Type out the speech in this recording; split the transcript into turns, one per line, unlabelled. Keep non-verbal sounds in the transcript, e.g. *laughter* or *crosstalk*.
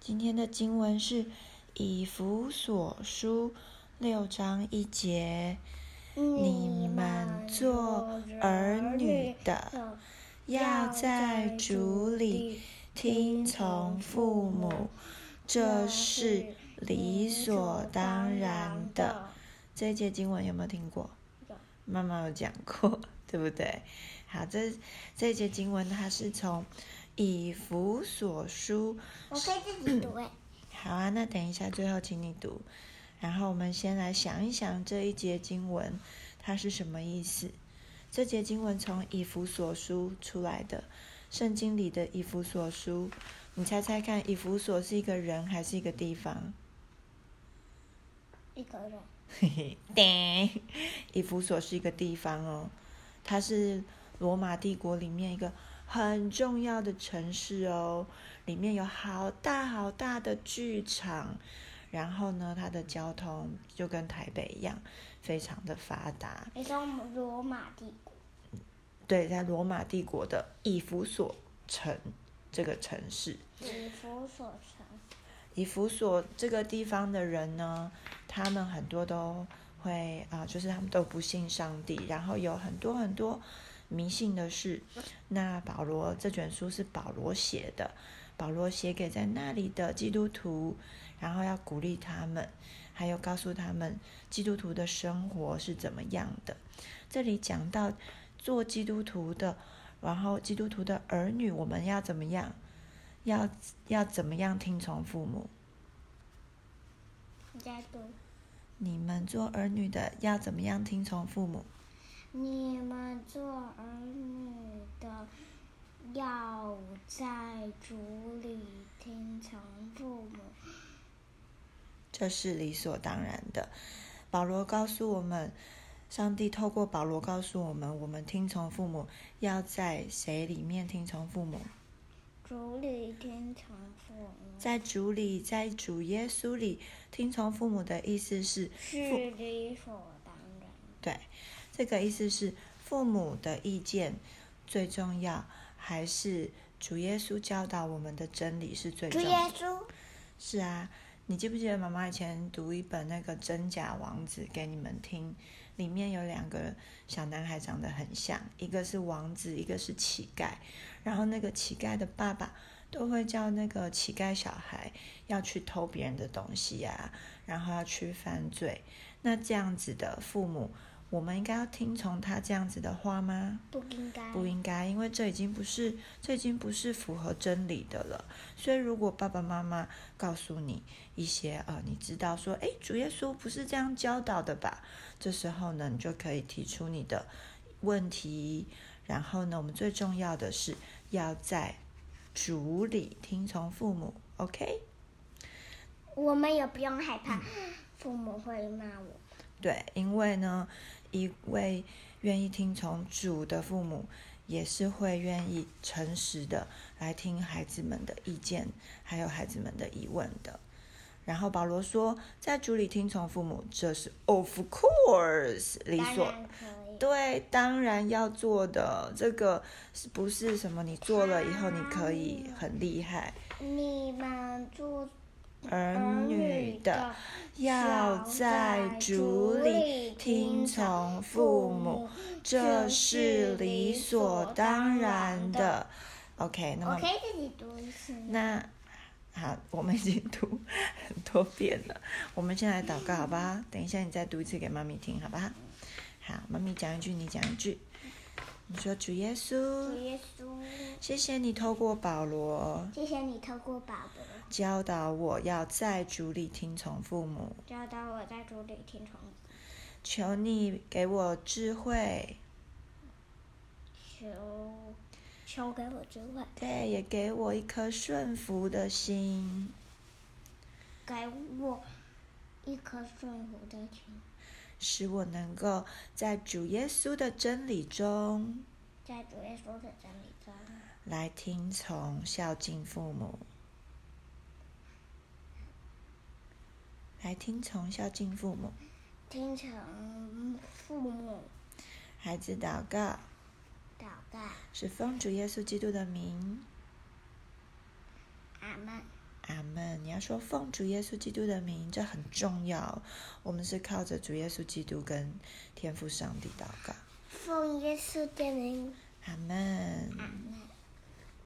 今天的经文是以弗所书六章一节，
你
你们做儿女的，要在主里听从父母，这是理所当然的。。这一节经文有没有听过？
有
妈妈有讲过，对不对？好，这这一节经文它是从以弗所书，
我可以自己读哎，
好啊，那等一下最后请你读，然后我们先来想一想这一节经文它是什么意思。这节经文从以弗所书出来的，圣经里的以弗所书，你猜猜看，以弗所是一个人还是一个地方？
一个人。
嘿嘿，叮 *laughs* 以弗所是一个地方哦，它是罗马帝国里面一个很重要的城市哦，里面有好大好大的剧场，然后呢，它的交通就跟台北一样，非常的发达。
你说罗马帝国，
对，在罗马帝国的以弗所城这个城市，
以弗所城，
以弗所这个地方的人呢，他们很多都会啊、就是他们都不信上帝，然后有很多很多迷信的事。那保罗这卷书是保罗写的，保罗写给在那里的基督徒，然后要鼓励他们，还有告诉他们基督徒的生活是怎么样的。这里讲到做基督徒的，然后基督徒的儿女，我们要怎么样？要要怎么样听从父母？
你在读。
你们做儿女的要怎么样听从父母？
你们做儿女的，要在主里听从父母。
这是理所当然的。保罗告诉我们，上帝透过保罗告诉我们，我们听从父母要在谁里面听从父母？
主里听从父母，
在主里，在主耶稣里听从父母的意思是，
是理所当然。
对，这个意思是父母的意见最重要，还是主耶稣教导我们的真理是最
主
重
耶
要？
稣，
是啊，你记不记得妈妈以前读一本那个《真假王子》给你们听？里面有两个小男孩长得很像，一个是王子，一个是乞丐。然后那个乞丐的爸爸都会叫那个乞丐小孩要去偷别人的东西呀、然后要去犯罪。那这样子的父母，我们应该要听从他这样子的话吗？
不应该。
不应该，因为这已经不是这已经不是符合真理的了。所以如果爸爸妈妈告诉你一些呃，你知道说，诶，主耶稣不是这样教导的吧？这时候呢，你就可以提出你的问题。然后呢，我们最重要的是要在主里听从父母，OK？
我们也不用害怕，
嗯
父母会骂我。
对，因为呢，一位愿意听从主的父母，也是会愿意诚实的来听孩子们的意见，还有孩子们的疑问的。然后保罗说，在主里听从父母，这是 of course 理
当
所
然可以。
对，当然要做的。这个是不是什么你做了以后你可以很厉害？
你们做
儿女的要在主里听从父母，这是理所当然的。OK，那
我
么
可以自己读一次吗？
那好，我们已经读很多遍了，我们先来祷告好不好？等一下你再读一次给妈咪听好不好？好，妈咪讲一句，你讲一句。你说主耶
主
稣，
耶稣，
谢谢你透过保罗
谢谢你透过保罗
教导我要在主里听从父母，
教导我在主里听从你，
求你给我智慧，
求求给我智慧，
对，也给我一颗顺服的心，
给我一颗顺服的心，
使我能够在主耶稣的真理中
在主耶稣的真理中
来听从孝敬父母，来听从孝敬父母。
听从父母
孩子祷告
祷告。
是奉主耶稣基督的名，
阿门。
阿门。要说奉主耶稣基督的名，这很重要。我们是靠着主耶稣基督跟天父上帝祷告。
奉耶稣的名，
阿门。
阿门。